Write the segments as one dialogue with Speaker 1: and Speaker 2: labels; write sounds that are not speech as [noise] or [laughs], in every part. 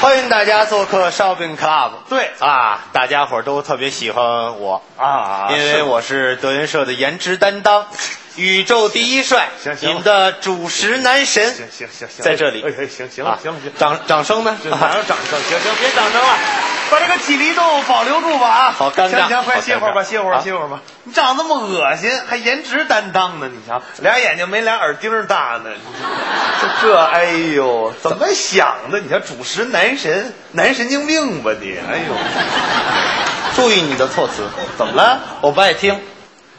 Speaker 1: 欢迎大家做客 Shopping Club。
Speaker 2: 对
Speaker 1: 啊，大家伙儿都特别喜欢我
Speaker 2: 啊
Speaker 1: 因为我是德云社的颜值担 [laughs] 当，宇宙第一帅，
Speaker 2: 行行
Speaker 1: 你们的主食男神。
Speaker 2: 行行行行，
Speaker 1: 在这里
Speaker 2: 哎哎行行
Speaker 1: 啊
Speaker 2: 了行了行了，
Speaker 1: 掌掌声呢？啊
Speaker 2: 这哪有掌声？行行，别掌声了，把这个体力度保留住吧啊！
Speaker 1: 好尴尬
Speaker 2: 行行，
Speaker 1: 好
Speaker 2: 快歇会儿
Speaker 1: 尴尬
Speaker 2: 吧，歇会儿
Speaker 1: 啊
Speaker 2: 吧，歇会儿吧。你长这么恶心，还颜值担当呢？你瞧，俩眼睛没俩耳钉儿大呢。你这这，哎呦，怎么想的？你瞧，主食男神，男神经病吧你？哎呦，
Speaker 1: 注意你的措辞，
Speaker 2: 怎么了？
Speaker 1: 我不爱听。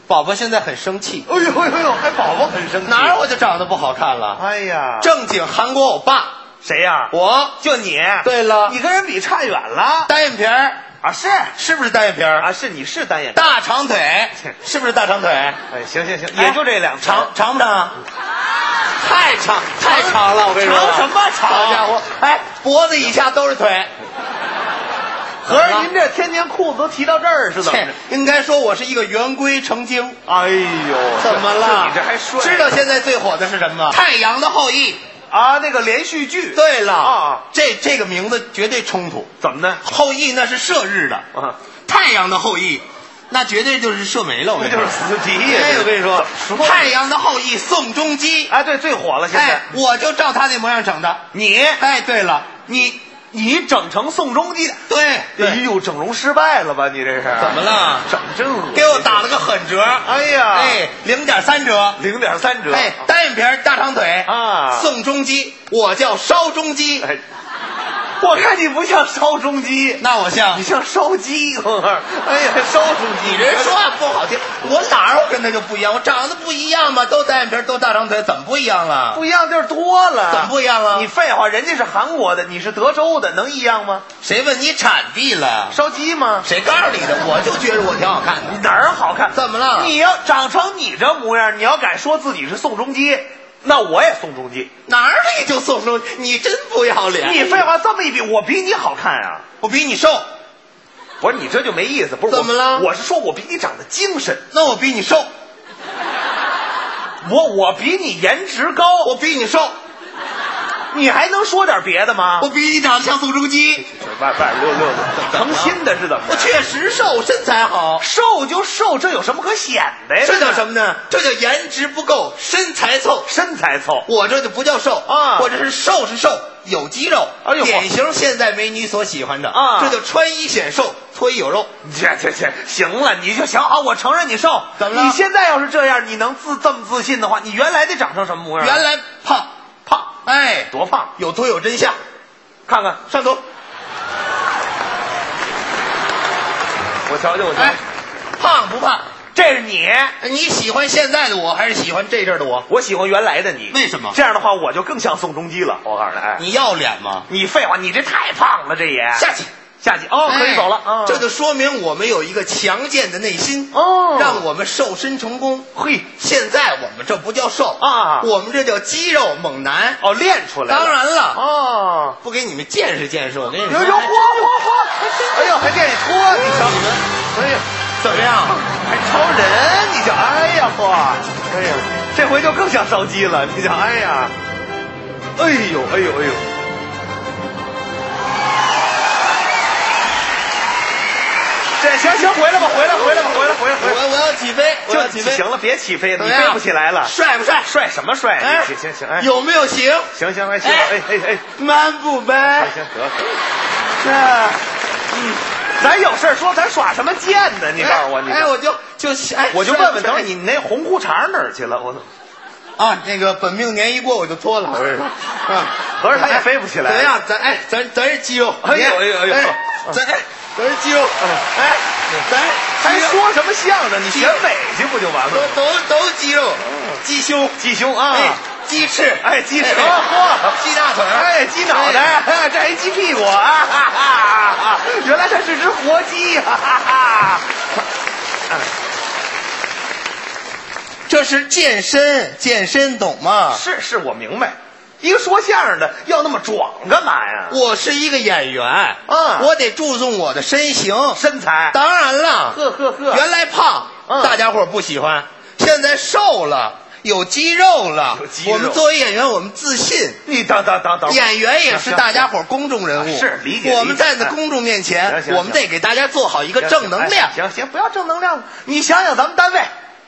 Speaker 1: 宝宝现在很生气，
Speaker 2: 哎呦哎呦哎呦，还宝宝很生气。
Speaker 1: 哪儿我就长得不好看了？
Speaker 2: 哎呀，
Speaker 1: 正经韩国欧巴，
Speaker 2: 谁呀？
Speaker 1: 我
Speaker 2: 就你。
Speaker 1: 对啊了
Speaker 2: 你跟人比差远了
Speaker 1: 单眼皮儿，
Speaker 2: 啊！是
Speaker 1: 是不是单眼皮儿？
Speaker 2: 啊，是你是单眼皮。
Speaker 1: 大长腿，是不是大长腿？
Speaker 2: 哎，行行行，也就这两条
Speaker 1: 长。长不长啊？太长太长了，我跟你说。
Speaker 2: 长什么长啊
Speaker 1: 好家伙，哎，脖子以下都是腿。
Speaker 2: 合着您这天天裤子都提到这儿是怎么
Speaker 1: 切
Speaker 2: 着？
Speaker 1: 应该说我是一个圆规成精。
Speaker 2: 哎呦，
Speaker 1: 怎么了？
Speaker 2: 这你这还帅？
Speaker 1: 知道现在最火的是什么吗？太阳的后裔。
Speaker 2: 啊？那个连续剧，
Speaker 1: 对了，
Speaker 2: 啊
Speaker 1: 这这个名字绝对冲突。
Speaker 2: 怎么呢？
Speaker 1: 后羿那是射日的，
Speaker 2: 啊，
Speaker 1: 太阳的后羿，那绝对就是射没了。我
Speaker 2: 那
Speaker 1: 跟你
Speaker 2: 就
Speaker 1: 说
Speaker 2: 是，死敌
Speaker 1: 哎，
Speaker 2: 呀！
Speaker 1: 我跟你说，啊
Speaker 2: 怎么说
Speaker 1: 太阳的后羿宋仲基，
Speaker 2: 哎，对，最火了现在
Speaker 1: 哎。，我就照他那模样整的。
Speaker 2: 你
Speaker 1: 哎，对了，
Speaker 2: 你你整成宋仲基的，
Speaker 1: 对，
Speaker 2: 哎呦，整容失败了吧？你这是
Speaker 1: 怎么了
Speaker 2: 整真恶心
Speaker 1: 给我打了个狠折，
Speaker 2: 哎呀，
Speaker 1: 哎，零点三折，
Speaker 2: 零点三折，
Speaker 1: 哎，单眼皮儿大长腿
Speaker 2: 啊
Speaker 1: 宋仲基，我叫烧中基，
Speaker 2: 哎，我看你不像烧中鸡，
Speaker 1: 那我像
Speaker 2: 你像烧鸡，我看，哎呀，烧中鸡，
Speaker 1: 你人说话不好听，我哪儿我跟他就不一样，我长得不一样嘛，都单眼皮儿，都大长腿，怎么不一样了？
Speaker 2: 不一样地儿多了，
Speaker 1: 怎么不一样啊了
Speaker 2: 你废话，人家是韩国的，你是德州的，能一样吗？
Speaker 1: 谁问你产地了？
Speaker 2: 烧鸡吗？
Speaker 1: 谁告诉你的？我就觉得我挺好看的，
Speaker 2: 哪儿好看？
Speaker 1: 怎么了
Speaker 2: 你要长成你这模样，你要敢说自己是宋仲基，那我也宋仲基。
Speaker 1: 哪儿里就宋仲基？你真不要脸！
Speaker 2: 你废话这么一比，我比你好看啊！
Speaker 1: 我比你瘦，
Speaker 2: 不是你这就没意思，不是
Speaker 1: 怎么了
Speaker 2: 我我是说我比你长得精神，
Speaker 1: 那我比你瘦，
Speaker 2: 我我比你颜值高，
Speaker 1: 我比你瘦，
Speaker 2: 你还能说点别的吗？
Speaker 1: 我比你长得像宋仲基。
Speaker 2: 外外溜溜的，成心的是怎么
Speaker 1: 我
Speaker 2: 着？
Speaker 1: 确实瘦，身材好，
Speaker 2: 瘦就瘦，这有什么可显的呀？
Speaker 1: 这叫什
Speaker 2: 么？
Speaker 1: 么呢？这叫颜值不够，身材凑。
Speaker 2: 身材凑。
Speaker 1: 我这就不叫瘦
Speaker 2: 啊
Speaker 1: 我这是瘦是瘦，有肌肉，
Speaker 2: 哎呦
Speaker 1: 典型现在美女所喜欢的
Speaker 2: 啊
Speaker 1: 这叫穿衣显瘦，脱衣有肉。
Speaker 2: 这这这，行了，你就想好，我承认你瘦。
Speaker 1: 怎么了
Speaker 2: 你现在要是这样，你能自这么自信的话，你原来得长成什么模样？啊
Speaker 1: 原来胖，
Speaker 2: 胖，
Speaker 1: 哎，
Speaker 2: 多胖？
Speaker 1: 有图有真相，
Speaker 2: 看看
Speaker 1: 上图，
Speaker 2: 我瞧瞧，我瞧瞧
Speaker 1: 哎，胖不胖？
Speaker 2: 这是你，
Speaker 1: 你喜欢现在的我还是喜欢这阵儿的我？
Speaker 2: 我喜欢原来的你。
Speaker 1: 为什么哦
Speaker 2: 这样的话，我就更像宋仲基了。我告诉你，哎，
Speaker 1: 你要脸吗？
Speaker 2: 你废话，你这太胖了，这也
Speaker 1: 下去。
Speaker 2: 下去哎哦，可以
Speaker 1: 哎
Speaker 2: 走了啊。
Speaker 1: 这就说明我们有一个强健的内心，
Speaker 2: 哦
Speaker 1: 让我们瘦身成功。
Speaker 2: 嘿
Speaker 1: 现在我们这不叫瘦
Speaker 2: 啊
Speaker 1: 我们这叫肌肉猛男。
Speaker 2: 哦，练出来了。
Speaker 1: 当然哎了，
Speaker 2: 哦，
Speaker 1: 不给你们见识见识，我跟你
Speaker 2: 有
Speaker 1: 说，
Speaker 2: 有嚯嚯嚯！哎呦，还惦记脱，你瞧你们，哎呀。
Speaker 1: 怎么样？
Speaker 2: 还超人，你就哎呀嚯，哎呀，这回就更像烧鸡了，你就哎呀，哎呦哎呦哎呦，这行行回来吧，回来回来吧，回来回来
Speaker 1: 我
Speaker 2: 回来，
Speaker 1: 我要起飞，我要起
Speaker 2: 就
Speaker 1: 飞，
Speaker 2: 行了，别起飞了，
Speaker 1: 怎
Speaker 2: 你
Speaker 1: 么样
Speaker 2: 飞不起来了，
Speaker 1: 帅不帅？
Speaker 2: 帅什么帅？
Speaker 1: 哎，
Speaker 2: 行行行，哎，
Speaker 1: 有没有型？
Speaker 2: 行行哎行，哎哎哎，
Speaker 1: man 不 man？
Speaker 2: 行行得得，这嗯，咱有事儿说，咱耍什么贱呢？你告诉我，你
Speaker 1: 哎，我就就哎，
Speaker 2: 我就
Speaker 1: 帅不
Speaker 2: 问
Speaker 1: 帅
Speaker 2: 问，等会儿你那红裤衩哪儿去了？我
Speaker 1: 啊，那个本命年一过我就脱了，我跟你说，啊，
Speaker 2: 哎合着他也飞不起来
Speaker 1: 怎么样？咱哎，咱咱是肌肉，
Speaker 2: 哎呦哎呦哎呦
Speaker 1: 咱哎咱是肌肉，哎，咱
Speaker 2: 还
Speaker 1: 肌肉
Speaker 2: 说什么相声？你学美去不就完
Speaker 1: 都
Speaker 2: 了？
Speaker 1: 都都是肌肉，鸡胸，
Speaker 2: 鸡胸
Speaker 1: 哎
Speaker 2: 啊，，
Speaker 1: 鸡翅，
Speaker 2: 哎，鸡舌，
Speaker 1: 哎
Speaker 2: 嚯，
Speaker 1: 鸡大腿，
Speaker 2: 哎，鸡脑袋，哎 [laughs] 这还一鸡屁股啊！哈哈哈 [laughs] 原来它是只活鸡，啊哈哈哈！
Speaker 1: 这是健身，健身懂吗？
Speaker 2: 是是，我明白。一个说相声的要那么壮干嘛呀？
Speaker 1: 我是一个演员，
Speaker 2: 嗯
Speaker 1: 我得注重我的身形，
Speaker 2: 身材，
Speaker 1: 当然了，
Speaker 2: 呵呵呵，
Speaker 1: 原来胖，
Speaker 2: 嗯
Speaker 1: 大家伙儿不喜欢，现在瘦了，有肌肉啊了。
Speaker 2: 有肌肉
Speaker 1: 我们作为演员，我们自信。
Speaker 2: 你等等等等，
Speaker 1: 演员也是大家伙儿公众人物，
Speaker 2: 是理解
Speaker 1: 我们站在公众面
Speaker 2: 行
Speaker 1: 前，
Speaker 2: 行
Speaker 1: 我们得给大家做好一个正能量
Speaker 2: 哎。行行，不要正能量了。你想想咱们单位，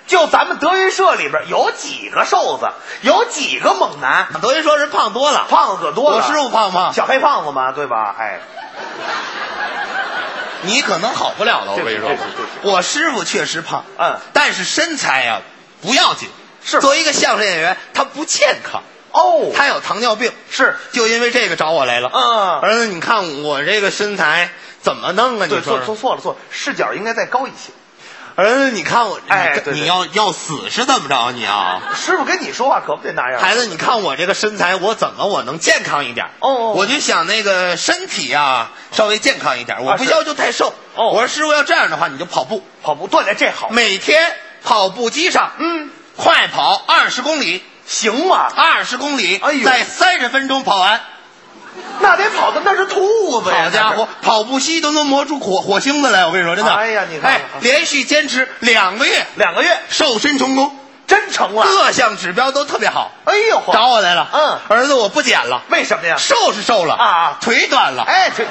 Speaker 2: 就咱们德云社里边有几个瘦子，有几个猛男，
Speaker 1: 德云说人胖多了，
Speaker 2: 胖子可多了。
Speaker 1: 我师傅胖吗？
Speaker 2: 小黑胖子嘛，对吧？哎，
Speaker 1: 你可能好不了了。我跟你说
Speaker 2: 对不起对不起，
Speaker 1: 我师傅确实胖，
Speaker 2: 嗯
Speaker 1: 但是身材呀、不要紧。
Speaker 2: 是
Speaker 1: 作为一个相声演员，他不健康，
Speaker 2: 哦，
Speaker 1: 他有糖尿病，
Speaker 2: 是，
Speaker 1: 就因为这个找我来了。
Speaker 2: 嗯，
Speaker 1: 儿子，你看我这个身材怎么弄啊？你
Speaker 2: 对，
Speaker 1: 说说
Speaker 2: 错错错了错了，视角应该再高一些。
Speaker 1: 儿子，你看我，
Speaker 2: 哎
Speaker 1: 你
Speaker 2: 对哎对
Speaker 1: 你要要死是怎么着啊你啊？
Speaker 2: 师傅跟你说话可不得那样。
Speaker 1: 孩子，你看我这个身材，我怎么我能健康一点？
Speaker 2: 哦哦
Speaker 1: 我就想那个身体啊，稍微健康一点，我
Speaker 2: 啊
Speaker 1: 不
Speaker 2: 是
Speaker 1: 要求太瘦。
Speaker 2: 哦
Speaker 1: 我说师傅要这样的话，你就跑步，
Speaker 2: 跑步锻炼这好，
Speaker 1: 每天跑步机上，
Speaker 2: 嗯，
Speaker 1: 快跑二十公里，
Speaker 2: 行吗？
Speaker 1: 二十公里，
Speaker 2: 哎呦
Speaker 1: 在三十分钟跑完。
Speaker 2: 那得跑的那是兔子呀！
Speaker 1: 好家伙，跑步机都能磨出火火星子来，我跟你说，真的。
Speaker 2: 哎呀你看
Speaker 1: 哎
Speaker 2: 看
Speaker 1: 连续坚持两个月，
Speaker 2: 那是，两个月
Speaker 1: 瘦身成功，
Speaker 2: 真成了。
Speaker 1: 各项指标都特别好。
Speaker 2: 哎呦，
Speaker 1: 找我来了，
Speaker 2: 嗯
Speaker 1: 儿子，我不减了，
Speaker 2: 为什么呀？
Speaker 1: 瘦是瘦了
Speaker 2: 啊啊
Speaker 1: 腿短了，
Speaker 2: 哎，这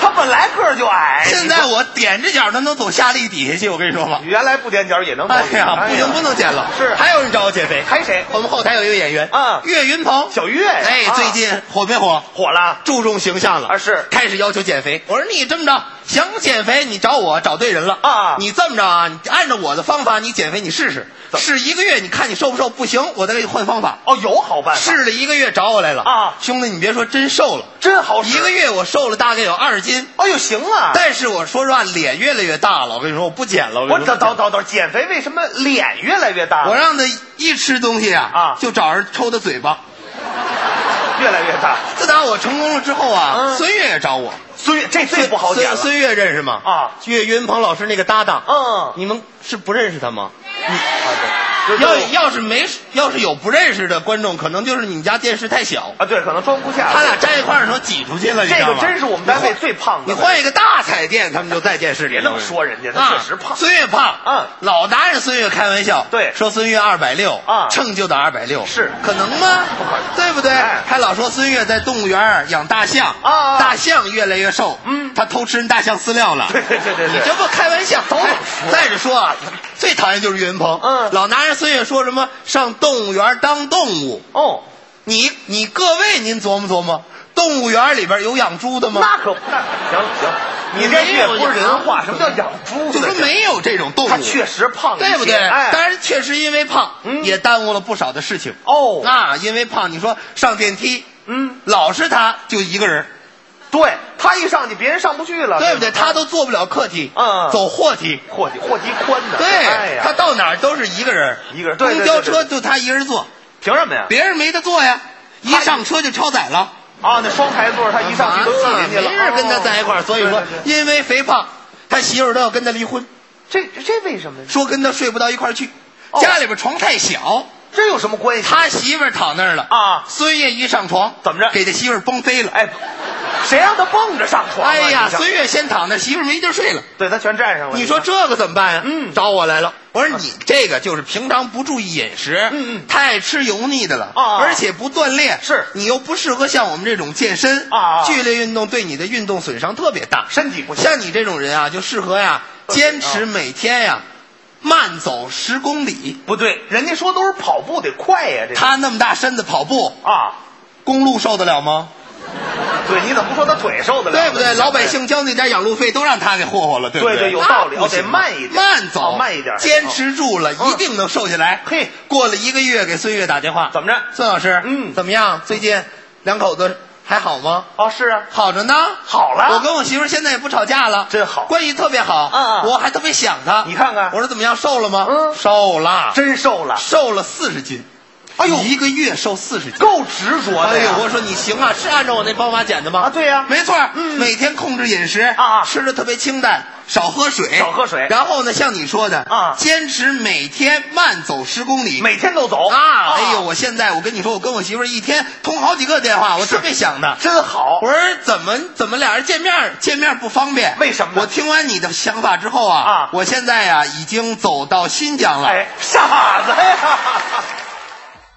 Speaker 2: 他本来个儿就矮，
Speaker 1: 现在我踮着脚，他能走下力底下去，我跟你说吧
Speaker 2: 你。原来不踮脚也能跑。
Speaker 1: 哎呀，不行，不能减了。
Speaker 2: 是
Speaker 1: 还有人找我减肥，
Speaker 2: 还谁
Speaker 1: 我们后台有一个演员
Speaker 2: 啊
Speaker 1: 岳云鹏，
Speaker 2: 小岳呀
Speaker 1: 哎，
Speaker 2: 啊
Speaker 1: 最近火没火？
Speaker 2: 火了。
Speaker 1: 注重形象了
Speaker 2: 啊是
Speaker 1: 开始要求减肥。我说你这么着，想减肥你找我找对人了
Speaker 2: 啊
Speaker 1: 你这么着啊，你按照我的方法你减肥你试试，
Speaker 2: 怎么
Speaker 1: 试一个月你看你瘦不瘦，不行我再给你换方法。
Speaker 2: 哦，有好办法，
Speaker 1: 试了一个月找我来了
Speaker 2: 啊
Speaker 1: 兄弟你别说真瘦了，
Speaker 2: 真好使
Speaker 1: 一个。月我瘦了大概有二十斤，
Speaker 2: 哎呦，行啊！
Speaker 1: 但是我说实话脸越来越大了，我跟你说我不减了，我
Speaker 2: 我
Speaker 1: 跟你说
Speaker 2: 等等等等，减肥为什么脸越来越大？
Speaker 1: 我让他一吃东西啊
Speaker 2: 啊
Speaker 1: 就找人抽他嘴巴。
Speaker 2: 越来越大，
Speaker 1: 自打我成功了之后啊，
Speaker 2: 嗯
Speaker 1: 孙越也找我，
Speaker 2: 孙这最不好减
Speaker 1: 孙
Speaker 2: 了。
Speaker 1: 孙越认识吗？
Speaker 2: 啊，
Speaker 1: 岳云鹏老师那个搭档，
Speaker 2: 嗯，
Speaker 1: 你们是不认识他吗？
Speaker 2: 就
Speaker 1: 要
Speaker 2: 就
Speaker 1: 要是没要是有不认识的观众，可能就是你们家电视太小，
Speaker 2: 啊，对，可能装不下。
Speaker 1: 他俩站一块儿的时候挤出去了，你知
Speaker 2: 这
Speaker 1: 道
Speaker 2: 个
Speaker 1: 吗？
Speaker 2: 真是我们单位最胖
Speaker 1: [laughs] 你
Speaker 2: 的。
Speaker 1: 换一个大彩电，他们就在电视里
Speaker 2: 别
Speaker 1: 了。
Speaker 2: 那么说人家，他确实胖
Speaker 1: 啊。孙越胖，
Speaker 2: 嗯
Speaker 1: 老拿着孙越开玩笑，
Speaker 2: 对
Speaker 1: 说孙越二百六，
Speaker 2: 啊
Speaker 1: 称就得二百六，
Speaker 2: 是
Speaker 1: 可能吗？
Speaker 2: 不可能
Speaker 1: 对不对
Speaker 2: 哎？ [laughs]
Speaker 1: 还老说孙越在动物园养大象，
Speaker 2: 啊啊
Speaker 1: 大象越来越瘦，
Speaker 2: 嗯
Speaker 1: 他偷吃人大象饲料了，
Speaker 2: 对对对对
Speaker 1: 你
Speaker 2: 对
Speaker 1: 这不开玩笑？
Speaker 2: 都
Speaker 1: 哎
Speaker 2: 说
Speaker 1: 再者说啊，最讨厌就是岳云鹏，
Speaker 2: 嗯
Speaker 1: 老拿着孙越说什么上动物园当动物，
Speaker 2: 哦，
Speaker 1: 你你各位您琢磨琢磨，动物园里边有养猪的吗？
Speaker 2: 那可不那行了行了，你这也不是人话，什么叫养猪？
Speaker 1: 就说没有这种动物，
Speaker 2: 他确实胖一些，
Speaker 1: 对不对？
Speaker 2: 哎，
Speaker 1: 当然，确实因为胖，
Speaker 2: 嗯
Speaker 1: 也耽误了不少的事情。
Speaker 2: 哦
Speaker 1: 啊，因为胖，你说上电梯，
Speaker 2: 嗯，
Speaker 1: 老是他就一个人，
Speaker 2: 对他一上去，别人上不去了，啊
Speaker 1: 对不对？
Speaker 2: 对？
Speaker 1: 他都做不了客梯，
Speaker 2: 嗯
Speaker 1: 走货梯，
Speaker 2: 货计货计宽的，哎
Speaker 1: 对，他
Speaker 2: 呀，
Speaker 1: 到哪儿都是一个人，
Speaker 2: 一个人对
Speaker 1: 公
Speaker 2: 对
Speaker 1: 交
Speaker 2: 对对
Speaker 1: 车就他一人坐，
Speaker 2: 凭什么呀？
Speaker 1: 别人没得坐呀，一上车就超载了。
Speaker 2: 啊，那双排座，他一上去都挤进去了，
Speaker 1: 啊没人跟他在一块儿，
Speaker 2: 哦
Speaker 1: 所以说
Speaker 2: 对对对
Speaker 1: 因为肥胖，他媳妇儿都要跟他离婚，
Speaker 2: 这这为什么呀？
Speaker 1: 说跟他睡不到一块儿去，
Speaker 2: 哦
Speaker 1: 家里边床太小。
Speaker 2: 这有什么关系？
Speaker 1: 他媳妇儿躺那儿了
Speaker 2: 啊
Speaker 1: 孙越一上床，
Speaker 2: 怎么着
Speaker 1: 给他媳妇儿崩飞了。
Speaker 2: 哎，谁让他蹦着上床啊？
Speaker 1: 哎呀，
Speaker 2: 你想
Speaker 1: 孙越先躺那儿，媳妇儿没地儿睡了。
Speaker 2: 对他全占上了，
Speaker 1: 你说
Speaker 2: 这
Speaker 1: 这个怎么办呀？
Speaker 2: 嗯
Speaker 1: 找我来了。我说你这个就是平常不注意饮食，
Speaker 2: 嗯嗯
Speaker 1: 太吃油腻的了，
Speaker 2: 啊
Speaker 1: 而且不锻炼，
Speaker 2: 是
Speaker 1: 你又不适合像我们这种健身
Speaker 2: 啊啊
Speaker 1: 剧烈运动对你的运动损伤特别大。
Speaker 2: 身体不行，
Speaker 1: 像你这种人啊，就适合呀，
Speaker 2: 嗯
Speaker 1: 坚持每天呀，慢走十公里。
Speaker 2: 不对，人家说都是跑步得快呀，这个
Speaker 1: 他那么大身子跑步，
Speaker 2: 啊，
Speaker 1: 公路受得了吗？
Speaker 2: 对，你怎么不说他腿受得了呢？
Speaker 1: [laughs] 对不对？
Speaker 2: 你想
Speaker 1: 老百姓交那点养路费都让他给霍霍了，对不
Speaker 2: 对
Speaker 1: 对，
Speaker 2: 对有道理
Speaker 1: 那不行
Speaker 2: 得慢一点
Speaker 1: 慢走，
Speaker 2: 哦慢一点
Speaker 1: 坚持住了，
Speaker 2: 嗯
Speaker 1: 一定能瘦下来。
Speaker 2: 嘿，
Speaker 1: 过了一个月给孙越打电话，
Speaker 2: 怎么着
Speaker 1: 孙老师，
Speaker 2: 嗯
Speaker 1: 怎么样？最近两口子还好吗？
Speaker 2: 啊，是啊，
Speaker 1: 好着呢，
Speaker 2: 好了
Speaker 1: 我跟我媳妇儿现在也不吵架了，
Speaker 2: 真好
Speaker 1: 关系特别好。
Speaker 2: 嗯嗯
Speaker 1: 我还特别想她。
Speaker 2: 你看看
Speaker 1: 我说怎么样，瘦了吗？
Speaker 2: 嗯
Speaker 1: 瘦了，
Speaker 2: 真瘦了，
Speaker 1: 瘦了四十斤。
Speaker 2: 哎呦
Speaker 1: 一个月瘦四十斤。
Speaker 2: 够执着
Speaker 1: 哎
Speaker 2: 的呀
Speaker 1: 呦，！我说你行啊，是按照我那方法减的吗？
Speaker 2: 啊对呀
Speaker 1: 没错，
Speaker 2: 嗯
Speaker 1: 每天控制饮食
Speaker 2: 啊
Speaker 1: 吃的特别清淡，少喝水，
Speaker 2: 少喝水
Speaker 1: 然后呢，像你说的
Speaker 2: 啊
Speaker 1: 坚持每天慢走十公里。
Speaker 2: 每天都走
Speaker 1: 啊，哎呦，，我现在我跟你说，我跟我媳妇儿一天通好几个电话，我特别想她。
Speaker 2: 真好
Speaker 1: 我。说怎么怎么俩人见面见面不方便？
Speaker 2: 为什么呢
Speaker 1: 我听完你的想法之后啊，
Speaker 2: 啊
Speaker 1: 我现在呀、已经走到新疆了。
Speaker 2: 哎，傻子呀！